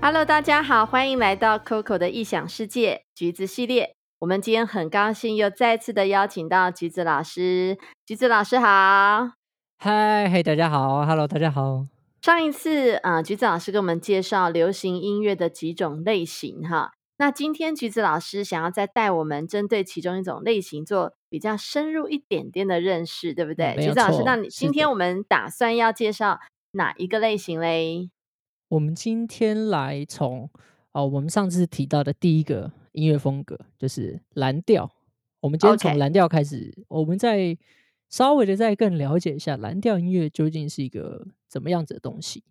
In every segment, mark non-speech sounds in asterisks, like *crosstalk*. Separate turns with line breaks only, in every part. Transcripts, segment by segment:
Hello，大家好，欢迎来到 Coco 的异想世界橘子系列。我们今天很高兴又再次的邀请到橘子老师，橘子老师好。
嗨，嘿，大家好，Hello，大家好。
上一次啊、呃橘子老师给我们介绍流行音乐的几种类型哈。那今天橘子老师想要再带我们针对其中一种类型做比较深入一点点的认识，对不对？
嗯没
橘
有
子老师，
错
那你
是
今
的
天我们打算要介绍哪一个类型嘞？
我们今天来从哦，我们上次提到的第一个音乐风格就是蓝调。我们今天
OK
从蓝调开始我们再稍微的再更了解一下蓝调音乐究竟是一个怎么样子的东西。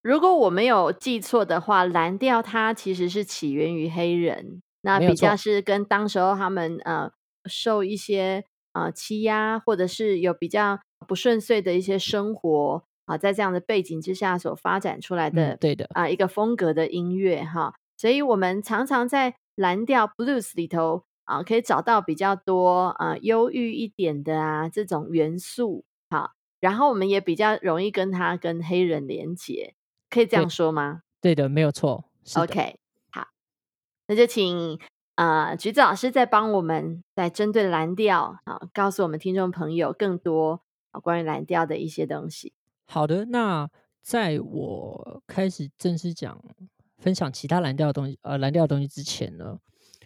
如果我没有记错的话，蓝调它其实是起源于黑人，那
没有
比较
错
是跟当时候他们呃受一些呃欺压，或者是有比较不顺遂的一些生活啊、在这样的背景之下所发展出来的
嗯，对的，
啊、一个风格的音乐哈。所以我们常常在蓝调 blues 里头啊、可以找到比较多啊忧郁一点的啊这种元素。好，然后我们也比较容易跟他跟黑人连结，可以这
对
样说吗
对的，没有错，是的。
？OK，好，那就请呃橘子老师再帮我们再针对蓝调啊，告诉我们听众朋友更多啊关于蓝调的一些东西。
好的，那在我开始正式讲分享其他蓝调的东西，呃，蓝调的东西之前呢，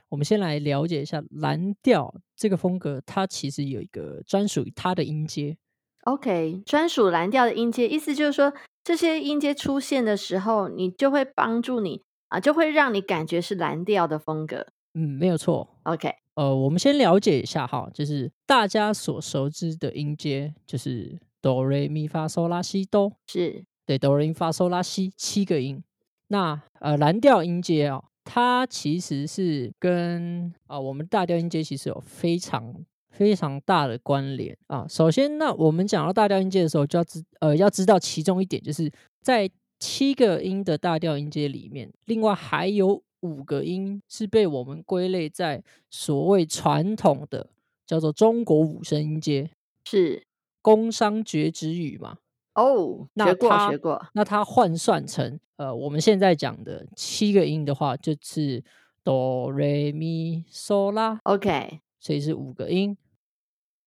我们先来了解一下蓝调这个风格，它其实有一个专属于它的音阶。
OK，专属蓝调的音阶，意思就是说这些音阶出现的时候，你就会帮助你啊，就会让你感觉是蓝调的风格。
嗯，没有错。
OK，
呃，我们先了解一下哈，就是大家所熟知的音阶，就是哆、瑞、咪、发、嗦、拉、西、哆。
是
对，哆、瑞、咪、发、嗦、拉、西七个音。那呃，蓝调音阶哦，它其实是跟啊、我们大调音阶其实有非常非常大的关联啊。首先，那我们讲到大调音阶的时候，就要知呃要知道其中一点，就是在七个音的大调音阶里面，另外还有五个音是被我们归类在所谓传统的叫做中国五声音阶，
是
工商角徵羽嘛。
哦，
那
学过
它
学过，
那它换算成呃，我们现在讲的七个音的话，就是哆、瑞、咪、嗦、啦，
OK，
所以是五个音。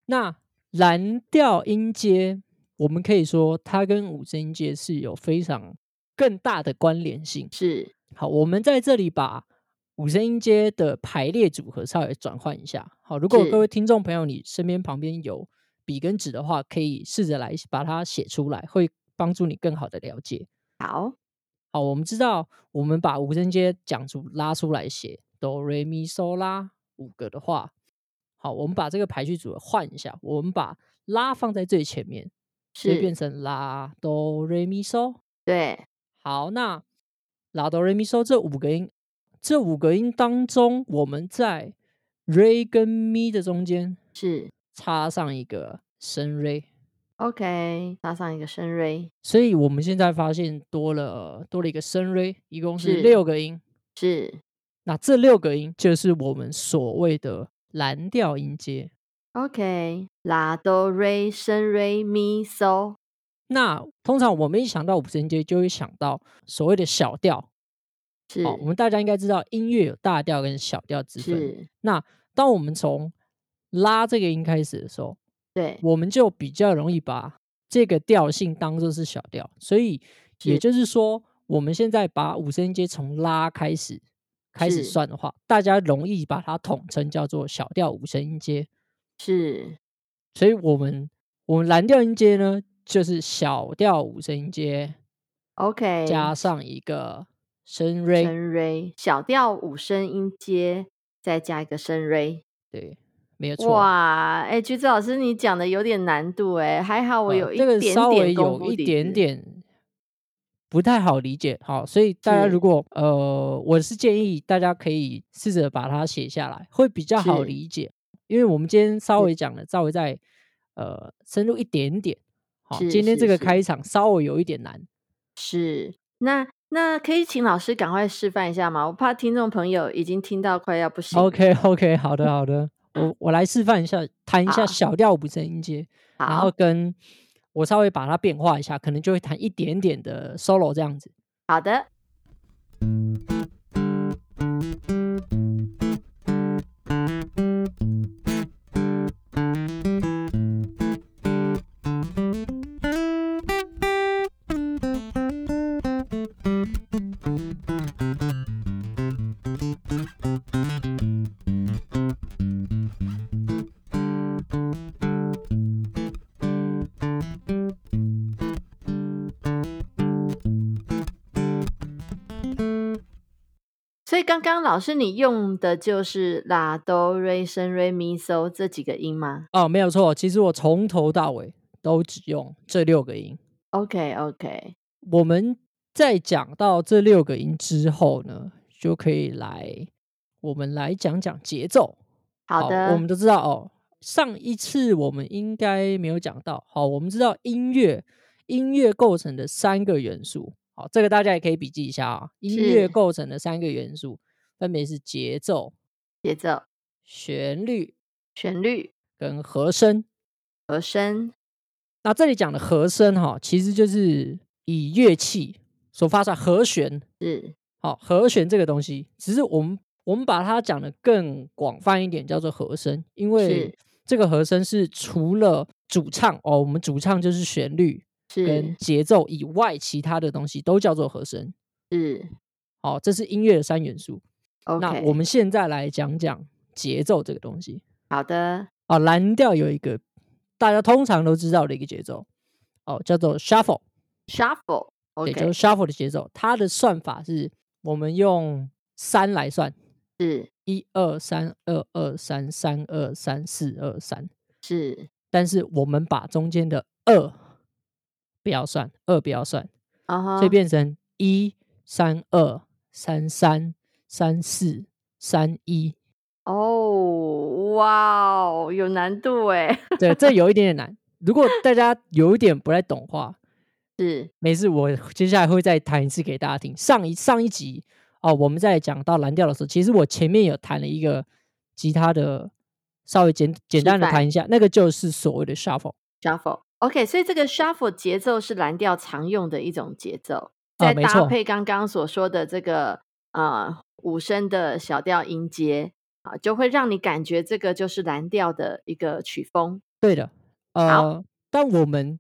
那蓝调音阶，我们可以说它跟五声音阶是有非常更大的关联性。
是
好，我们在这里把五声音阶的排列组合稍微转换一下。好，如果
是
各位听众朋友你身边旁边有笔跟纸的话，可以试着来把它写出来，会帮助你更好的了解。
好。
好，我们知道，我们把五声阶讲出拉出来写哆瑞咪嗦拉五个的话，好，我们把这个排序组合换一下，我们把拉放在最前面，所以
是
变成拉哆瑞咪嗦。
对，
好，那拉哆瑞咪嗦这五个音，这五个音当中，我们在瑞跟咪的中间
是
插上一个升瑞，
OK，搭上一个深瑞，
所以我们现在发现多了多了一个升瑞，一共是
是
六个音。
是
那这六个音就是我们所谓的蓝调音阶。
OK，拉哆瑞深瑞咪嗦，
那通常我们一想到五声音阶，就会想到所谓的小调。
是
哦，我们大家应该知道，音乐有大调跟小调之分。
是，
那当我们从拉这个音开始的时候，
对，
我们就比较容易把这个调性当做是小调。所以也
是
就是说，我们现在把五声音阶从拉开始开始
是
算的话，大家容易把它统称叫做小调五声音阶。
是
所以我们我们蓝调音阶呢，就是小调五声音阶
OK，
加上一个升 re，
深瑞小调五声音阶，再加一个深瑞。
对，没有错。
哇，哎，橘子老师，你讲的有点难度哎，还好我
呃
有一
这个
点
稍
点
微
功
有
夫
一
底
点
子
点不太好理解，好，所以大家
是
如果呃，我是建议大家可以试着把它写下来，会比较好
是
理解。因为我们今天稍
是
微讲了，稍微再呃深入一点点。好，
是
今天
是
这个
是
开场稍微有一点难。
是，那那可以请老师赶快示范一下吗？我怕听众朋友已经听到快要不行了。
OK OK，好的好的，我我来示范一下，弹一
嗯好
下小调五声音阶，然
好
后跟我稍微把它变化一下，可能就会弹一点点的 solo 这样子。
好的，所以刚刚老师你用的就是拉哆瑞升瑞咪嗦这几个音吗
哦，没有错，其实我从头到尾都只用这六个音。
？OK OK，
我们在讲到这六个音之后呢，就可以来我们来讲讲节奏。
好的，
我们都知道哦。上一次我们应该没有讲到，好，我们知道音乐音乐构成的三个元素，好，这个大家也可以笔记一下啊。音乐
是
构成的三个元素分别是节奏、
节奏、
旋律
旋律、
跟和声。
和声，
那这里讲的和声哈、其实就是以乐器所发出来和弦
是
好，和弦这个东西，只是我们我们把它讲的更广泛一点，叫做和声，因为
是
这个和声是除了主唱哦，我们主唱就是旋律跟
是
节奏以外，其他的东西都叫做和声。
是
好、这是音乐的三元素。那
，OK，
我们现在来讲讲节奏这个东西
好的，
啊、蓝调有一个大家通常都知道的一个节奏哦，叫做 shuffle。
shuffle。
对，
OK，
就是 shuffle 的节奏，它的算法是我们用三来算，
是
一二三二二三三二三四二三，
是
但是我们把中间的二不要算，二不要算，
啊哈，
所以变成一三二三三三四三一。
哦，哇哦，有难度哎，
对，这有一点点难。如果大家有一点不太懂的话，
是
没事，我接下来会再弹一次给大家听。上一上一集哦，我们在讲到蓝调的时候，其实我前面有弹了一个吉他的，稍微简简
示
单的
范
弹一下，那个就是所谓的 shuffle。
shuffle。OK，所以这个 shuffle 节奏是蓝调常用的一种节奏，
啊
再
没
搭
错
配刚刚所说的这个呃五声的小调音阶啊，就会让你感觉这个就是蓝调的一个曲风。
对的，呃，但我们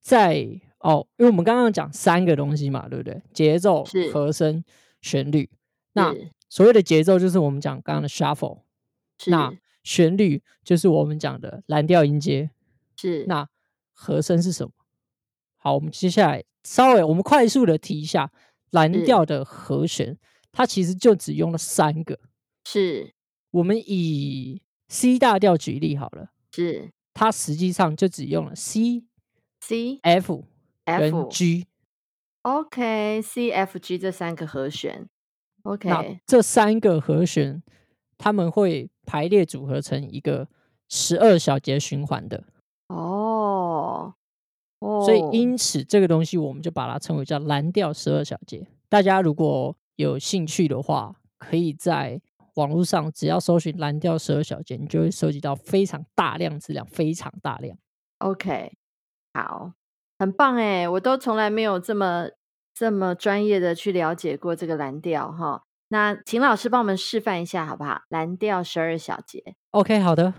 在哦，因为我们刚刚讲三个东西嘛，对不对？节奏
是、
和声、旋律。那
是
所谓的节奏就是我们讲刚刚的 shuffle，那
是
旋律就是我们讲的蓝调音阶，
是，
那和声是什么？好，我们接下来稍微我们快速的提一下蓝
是
调的和弦，它其实就只用了三个。
是
我们以 C 大调举例好了，
是
它实际上就只用了 C、
C
F 跟
F
G。
OK C F G 这三个和弦。
那
OK
这三个和弦，他们会排列组合成一个十二小节循环的，
哦哦，
所以因此这个东西我们就把它称为叫蓝调十二小节。大家如果有兴趣的话，可以在网络上只要搜寻蓝调十二小节，你就会收集到非常大量资料，非常大量。
OK，好，很棒哎，我都从来没有这么这么专业的去了解过这个蓝调哈。那请老师帮我们示范一下好不好？蓝调十二小节，
OK，好的，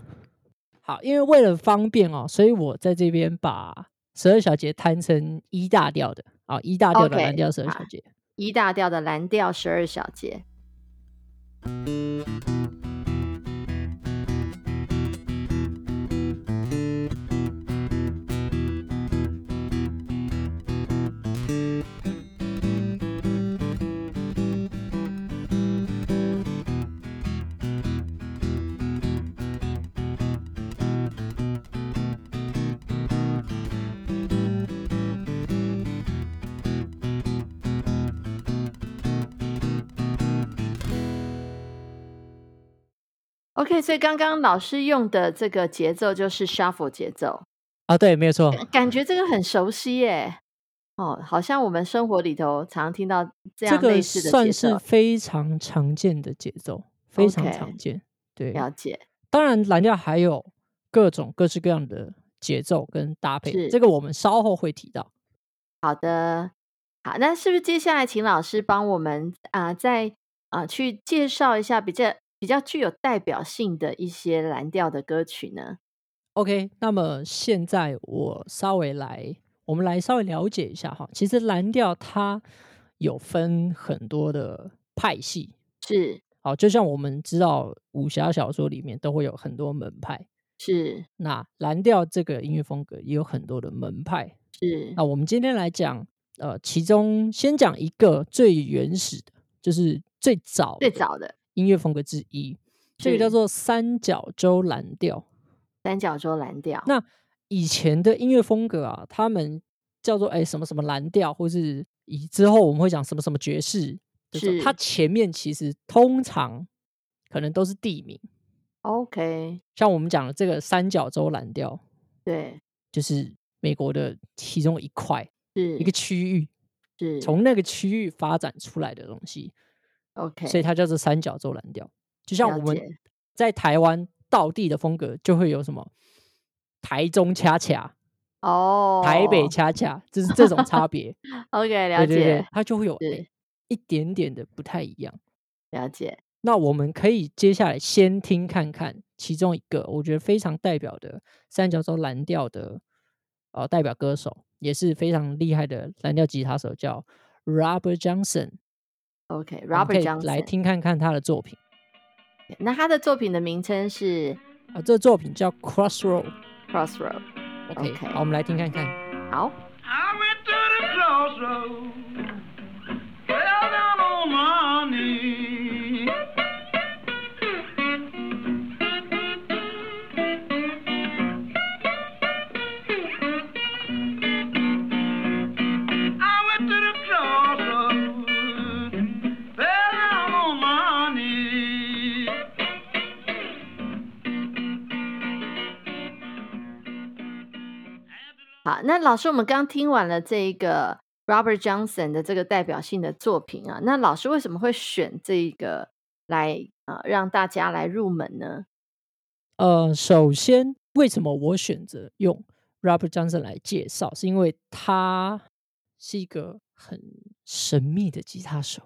好，因为为了方便哦，所以我在这边把十二小节摊成一大调的啊，一大调的
OK，
蓝调十二
好
小节。
一大调的蓝调十二小节，OK，所以刚刚老师用的这个节奏就是 shuffle 节奏，
啊，对，没有错，
感感觉这个很熟悉耶。哦，好像我们生活里头常听到这
这
样啊类
个
似的
算
节
是
奏。
非常常见的节奏，非常
OK
常见。对，
了解，
当然，蓝调还有各种各式各样的节奏跟搭配，
是
这个我们稍后会提到。
好的，好，那是不是接下来请老师帮我们啊、再啊、去介绍一下比较比较具有代表性的一些蓝调的歌曲呢？
OK，那么现在我稍微来，我们来稍微了解一下哈。其实蓝调它有分很多的派系，
是
好，就像我们知道武侠小说里面都会有很多门派，
是
那蓝调这个音乐风格也有很多的门派。
是
那我们今天来讲，呃，其中先讲一个最原始的，就是最早
最
的
早的
音乐风格之一，这个叫
是
做三角洲蓝调。
三角洲蓝调，
那以前的音乐风格啊，他们叫做哎什么什么蓝调，或是以之后我们会讲什么什么爵士，这种它
是
前面其实通常可能都是地名，
OK，
像我们讲的这个三角洲蓝调，
对，
就是美国的其中一块
是
一个区域，
是
从那个区域发展出来的东西，
OK，
所以它叫做三角洲蓝调。就像
了
我们
解
在台湾道地的风格，就会有什么台中恰恰、
哦，
台北恰恰，就是
*laughs*
这种差别。
OK，了
对对对
解，
它就会有
是
诶一点点的不太一样。
了解，
那我们可以接下来先听看看其中一个，我觉得非常代表的三角洲蓝调的呃代表歌手，也是非常厉害的蓝调吉他手，叫 Robert Johnson。我们可
OK，Robert
以来
Johnson，
听看看他的作品
那他的作品的名称是
啊、这作品叫 Crossroad。
Crossroad。
OK，,
OK
好，我们来听看看。
好，
I went to the crossroads, fell down on my knees. I went to the crossroads, fell down on my knees. And the
好，那老师，我们刚听完了这一个 Robert Johnson 的这个代表性的作品啊，那老师为什么会选这一个来啊、呃让大家来入门呢？
呃，首先，为什么我选择用 Robert Johnson 来介绍，是因为他是一个很神秘的吉他手，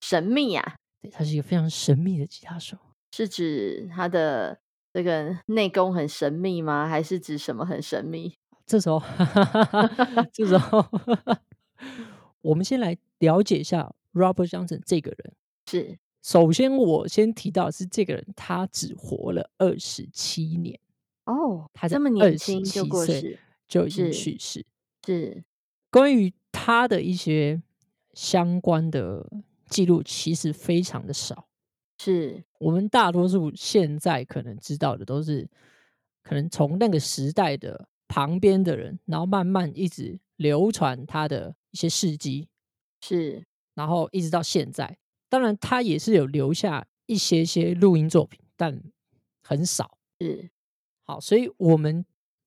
神秘啊，
对，他是一个非常神秘的吉他手。
是指他的这个内功很神秘吗？还是指什么很神秘？
这时候， *laughs* 哈哈哈哈这时候，我们先来了解一下 Robert Johnson 这个人。
是
首先，我先提到的是这个人，他只活了二十七年，
哦，
他在
这么年轻就
27
过
岁
世，
就已经
是
去世。
是
关于他的一些相关的记录，其实非常的少。
是
我们大多数现在可能知道的都是，可能从那个时代的旁边的人，然后慢慢一直流传他的一些事迹，
是
然后一直到现在。当然，他也是有留下一些些录音作品，但很少。
是
好，所以我们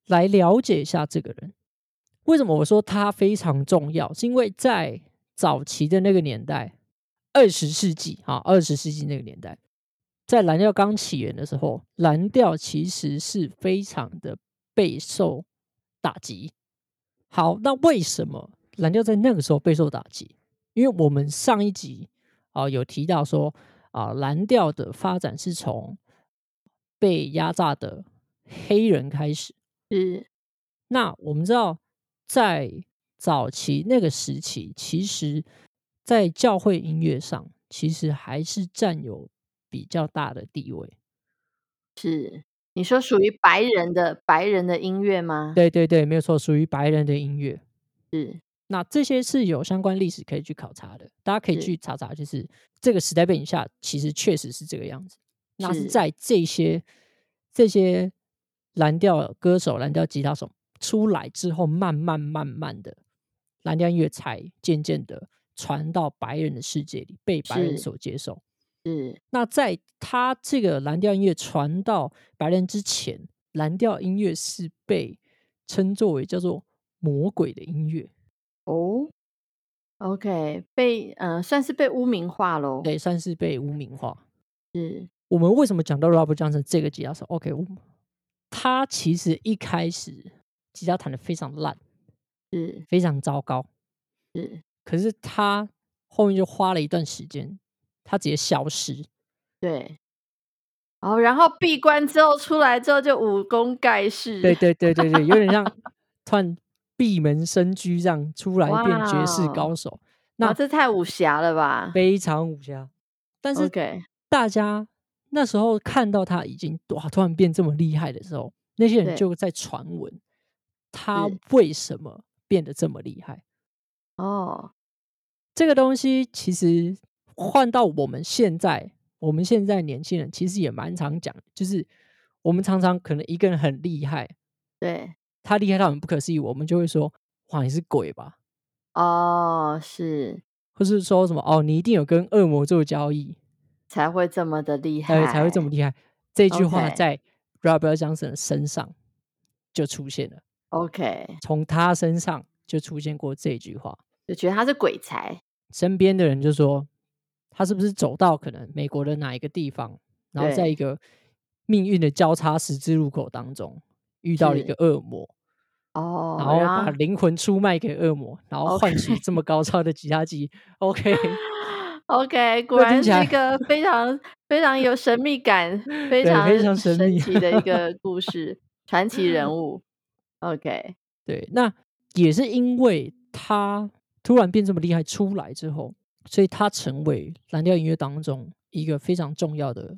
来了解一下这个人。为什么我说他非常重要？是因为在早期的那个年代，二十世纪啊，二十世纪那个年代，在蓝调刚起源的时候，蓝调其实是非常的备受打击。好，那为什么蓝调在那个时候备受打击？因为我们上一集啊、有提到说啊、蓝调的发展是从被压榨的黑人开始。
是
那我们知道，在早期那个时期，其实，在教会音乐上，其实还是占有比较大的地位。
是，你说属于白人的白人的音乐吗？
对对对，没有错，属于白人的音乐。
是
那这些是有相关历史可以去考察的，大家可以
是
去查查，就是这个时代背景下，其实确实是这个样子。那是
是
在这些这些蓝调歌手、蓝调吉他手出来之后，慢慢慢慢的蓝调音乐才渐渐的传到白人的世界里，被白人
是
所接受。
是
那在他这个蓝调音乐传到白人之前，蓝调音乐是被称作为叫做魔鬼的音乐。
哦，OK，被呃算是被污名化喽。，
对，算是被污名化。
是
我们为什么讲到 Robert Johnson 这个吉他手？OK，我他其实一开始吉他弹的非常烂，
是
非常糟糕。
是
可是他后面就花了一段时间，他直接消失。
对。哦，然后闭关之后出来之后就武功盖世，
对对对对对，有 *laughs* 点像突然闭门深居这样出来变绝世
哇哦
高手，
哇
那
这太武侠了吧
非常武侠。但是
？OK，
大家那时候看到他已经哇突然变这么厉害的时候，那些
对
人就在传闻他
是
为什么变得这么厉害。
哦，
这个东西其实换到我们现在，我们现在年轻人其实也蛮常讲，就是我们常常可能一个人很厉害，
对，
他厉害到很不可思议，我们就会说哇你是鬼吧，
哦，是
或是说什么哦你一定有跟恶魔做交易，
才会这么的厉害，
才才会这么厉害。这句话
哎 OK
在 Robert Johnson 的身上就出现了，
OK，
从他身上就出现过这句话。
就觉得他是鬼才，
身边的人就说，他是不是走到可能美国的哪一个地方，然后在
对
一个命运的交叉十字路口当中遇到了一
是
个恶魔，
哦，
然后
然
把灵魂出卖给恶魔，然后换取这么高超的吉他技。OK，
*laughs* OK，果
这
然
听起
是一
来
个非常非常有神秘感、非
对
常
非常神
神
秘
奇的一
*laughs*
个故事，传奇人物。OK，
对，那也是因为他突然变这么厉害出来之后，所以他成为蓝调音乐当中一个非常重要的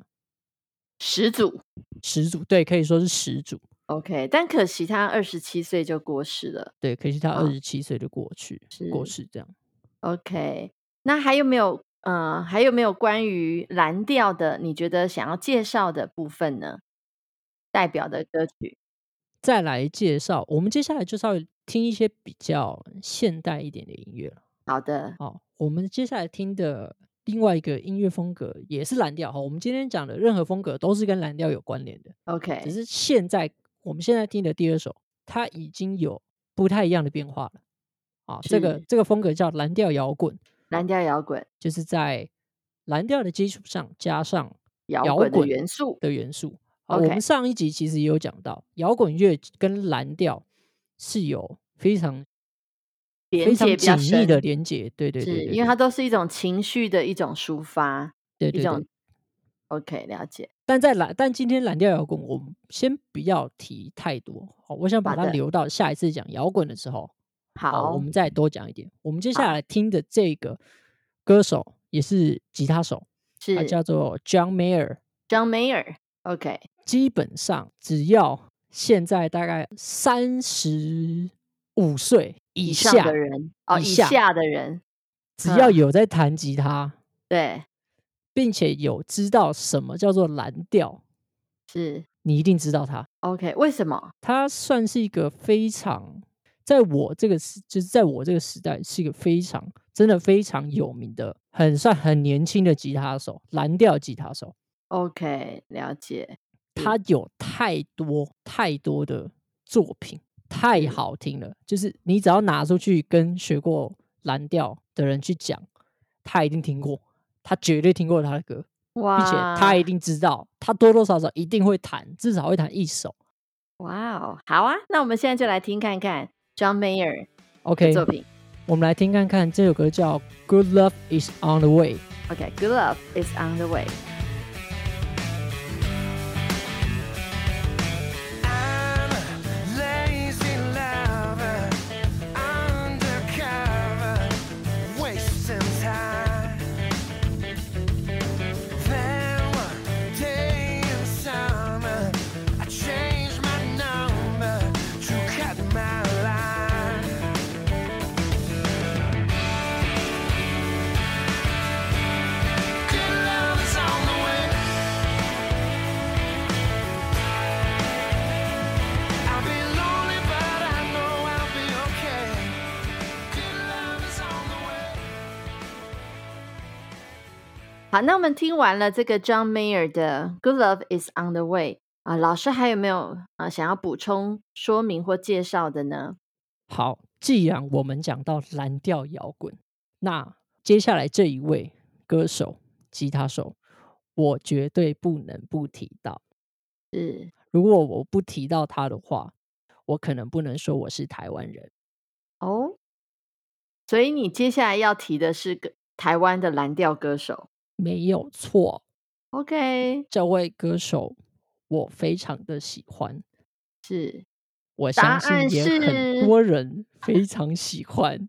始祖。
始祖，对，可以说是始祖。
OK，但可惜他二十七岁就过世了。
对，可惜他
啊
二十七岁就过去，过
是
世这样。
OK，那还有没有？嗯，还有没有关于蓝调的？你觉得想要介绍的部分呢？代表的歌曲
再来介绍，我们接下来就稍微听一些比较现代一点的音乐了。
好的，
好，我们接下来听的另外一个音乐风格也是蓝调。好，我们今天讲的任何风格都是跟蓝调有关联的，只
OK，
是现在我们现在听的第二首，它已经有不太一样的变化了。啊，这个
是
这个风格叫蓝调摇滚，
蓝调摇滚，
就是在蓝调的基础上加上
摇
摇
滚的
滚
元素，
的元素。啊，我
OK
们上一集其实也有讲到，摇滚乐跟蓝调是有非常
连
非常
接比较
紧密
深
的连接，对对对
是
对，
因为它都是一种情绪的一种抒发，
对
一
对对
种。OK 了解。
但在蓝，但今天蓝调摇滚，我们先不要提太多，好，我想把
好
它
的
留到下一次讲摇滚的时候，好，
好，
我们再多讲一点。我们接
好
下来听的这个歌手也是吉他手，
是
他叫做 John Mayer。
John Mayer。OK，
基本上只要现在大概三十五岁以
上
下
的人哦，
以
以
下
下的人，
只要
嗯
有在弹吉他，
对，
并且有知道什么叫做蓝调，
是
你一定知道他。
OK。为什么？
他算是一个非常，在我这个时，就是在我这个时代，是一个非常真的非常有名的，很算很年轻的吉他手，蓝调吉他手。
OK，了解。
他有太多太多的作品，太
嗯
好听了。就是你只要拿出去跟学过蓝调的人去讲，他一定听过，他绝对听过他的歌，
哇，
并且他一定知道，他多多少少一定会弹，至少会弹一首。
哇哦，好啊，那我们现在就来听看看 John Mayer 的
OK，
作品。
我们来听看看这首歌叫《Good Love Is On the Way》。
OK，Good love is on the way。
I'm a lazy lover, undercover, wasting time. Then one day in summer, I changed my number to cut my line. Good love is on the way. I'll be lonely, but I know I'll be okay. Good love is on the way.
好，那我们听完了这个 John Mayer 的《Good Love Is on the Way》啊，老师还有没有啊、想要补充说明或介绍的呢？
好，既然我们讲到蓝调摇滚，那接下来这一位歌手、吉他手，我绝对不能不提到。
是
如果我不提到他的话，我可能不能说我是台湾人。
哦，所以你接下来要提的是个台湾的蓝调歌手
没有错。
，OK，
这位歌手我非常的喜欢，
是
我
答
相信
案
也很
是 *laughs*
多人非常喜欢。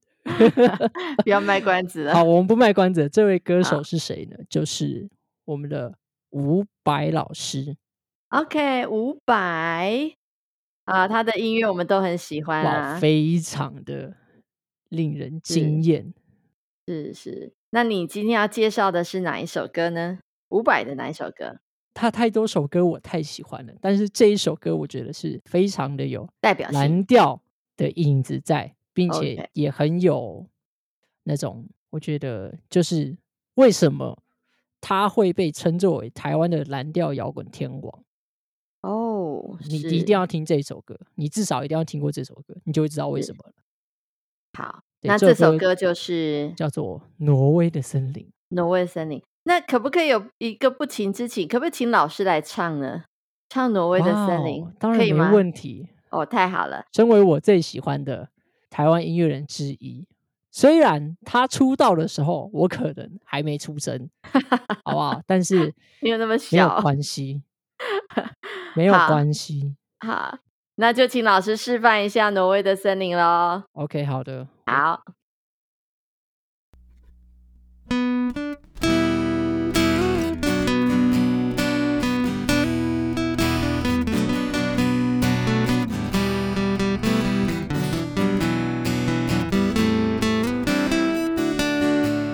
不要卖关子
好，
了。
我们不卖关子，这位歌手
好
是谁呢？就是我们的伍佰老师。
OK，伍佰啊，他的音乐我们都很喜欢
哇，
啊。
非常的令人惊艳。
是是，那你今天要介绍的是哪一首歌呢？伍佰的哪一首歌
他太多首歌我太喜欢了，但是这一首歌我觉得是非常的有
代表性？
蓝调的影子在，并
啊 OK
且也很有那种，我觉得就是为什么他会被称作为台湾的蓝调摇滚天王。
哦，
你
是
一定要听这一首歌，你至少一定要听过这首歌，你就会知道为
是
什么了。
好。
对
那这首歌就是
叫做《挪威的森林》。
挪威森林。那可不可以有一个不情之请？可不可以请老师来唱呢？唱挪威的森林
哇哦，当
可
然
以
没
吗？
问题。
哦，太好了，
身为我最喜欢的台湾音乐人之一。虽然他出道的时候，我可能还没
*laughs*
出生，好不好？但是
没有那么
没有
小。*laughs*
关系，没有
好
关系。
好，那就请老师示范一下挪威的森林喽。
OK，好的，
好，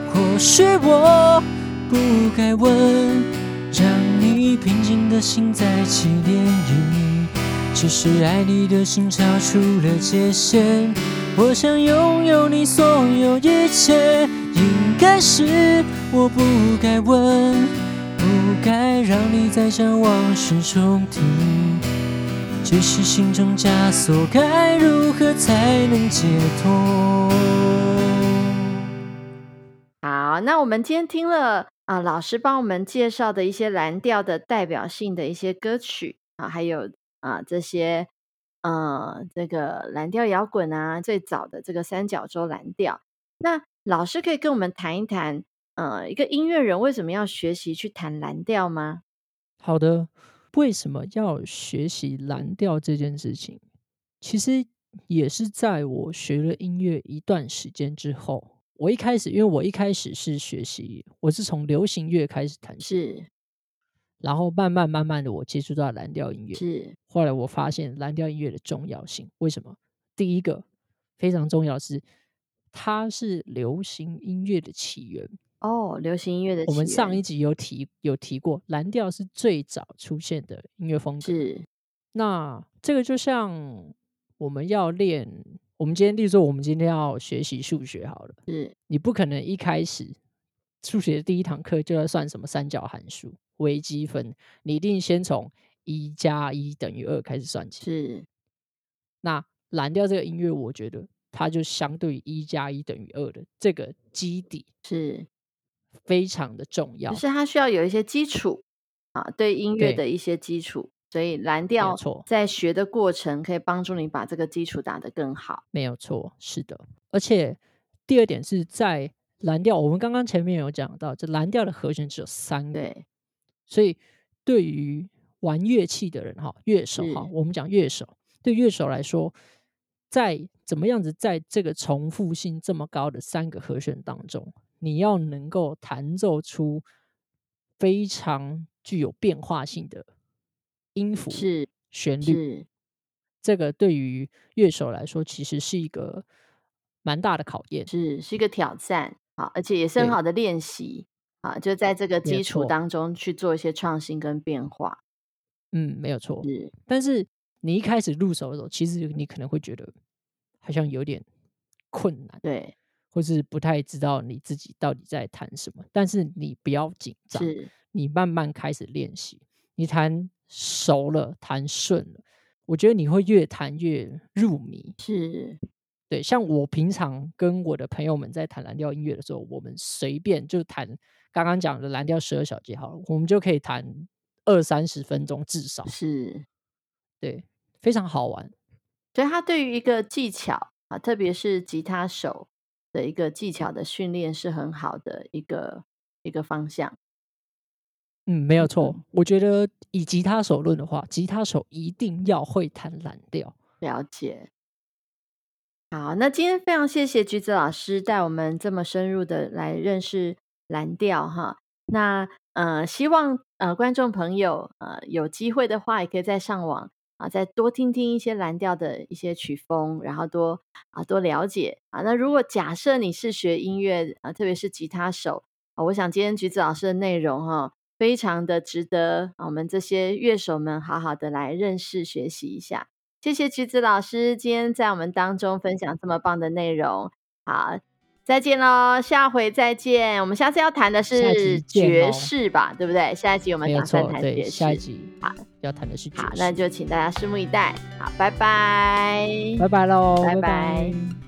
或许我不该问，让你平静的心在起涟漪。只是爱你的心超出了界限，我想拥有你所有一切。应该是我不该问，不该让你再将往事重提。只是心中枷锁该如何才能解脱？
好，那我们今天听了啊，老师帮我们介绍的一些蓝调的代表性的一些歌曲啊，还有啊这些呃这个蓝调摇滚啊，最早的这个三角洲蓝调。那老师可以跟我们谈一谈，呃，一个音乐人为什么要学习去弹蓝调吗？
好的，为什么要学习蓝调这件事情？其实也是在我学了音乐一段时间之后，我一开始因为我一开始是学习，我是从流行乐开始弹起，
是
然后慢慢慢慢的我接触到蓝调音乐，
是，
后来我发现蓝调音乐的重要性。为什么？第一个非常重要的是，它是流行音乐的起源。
哦，流行音乐的
我们
起
上
源
一集有提有提过，蓝调是最早出现的音乐风格。
是
那这个就像我们要练，我们今天，例如说，我们今天要学习数学好了，
是
你不可能一开始数学第一堂课就要算什么三角函数、微积分，你一定先从一加一等于二开始算起。
是
那蓝调这个音乐，我觉得它就相对于一加一等于二的这个基底
是，
非常的重要
就，是它需要有一些基础啊，对音乐
对
的一些基础，所以蓝
没有
调
错
在学的过程可以帮助你把这个基础打得更好。
没有错，是的。而且第二点是在蓝调，我们刚刚前面有讲到，这蓝调的和弦只有三个，
对，
所以对于玩乐器的人哈，乐手哈
是，
我们讲乐手，对乐手来说，在怎么样子在这个重复性这么高的三个和弦当中，你要能够弹奏出非常具有变化性的音符、
是
旋律，
是
这个对于乐手来说，其实是一个蛮大的考验。
是是一个挑战啊，而且也是很
对
好的练习啊，就在这个
没有
基础
错
当中去做一些创新跟变化。
嗯，没有错。
是
但是你一开始入手的时候，其实你可能会觉得好像有点困难，
对，
或是不太知道你自己到底在弹什么。但是你不要紧张，
是
你慢慢开始练习，你弹熟了，弹顺了，我觉得你会越弹越入迷。
是
对，像我平常跟我的朋友们在弹蓝调音乐的时候，我们随便就弹刚刚讲的蓝调十二小节好了，我们就可以弹二三十分钟至少，
是，
对，非常好玩。
所以它对于一个技巧啊，特别是吉他手的一个技巧的训练是很好的一个一个方向。
嗯，没有错。我觉得以吉他手论的话，吉他手一定要会弹蓝调。
了解。好，那今天非常谢谢橘子老师带我们这么深入的来认识蓝调哈。那呃，希望呃观众朋友呃有机会的话，也可以再上网啊，再多听听一些蓝调的一些曲风，然后多啊多了解啊。那如果假设你是学音乐啊，特别是吉他手啊，我想今天橘子老师的内容哈、非常的值得啊我们这些乐手们好好的来认识学习一下。谢谢橘子老师今天在我们当中分享这么棒的内容。好，再见喽，下回再见。我们下次要谈的
下
是
集见
爵
哦
士吧，对不对？下一集我们
没有
打算
错，
谈爵
对，
士。
下一集
好
要谈的是爵
好，那
士。
就请大家拭目以待。好，拜拜。
拜拜喽，
拜拜
拜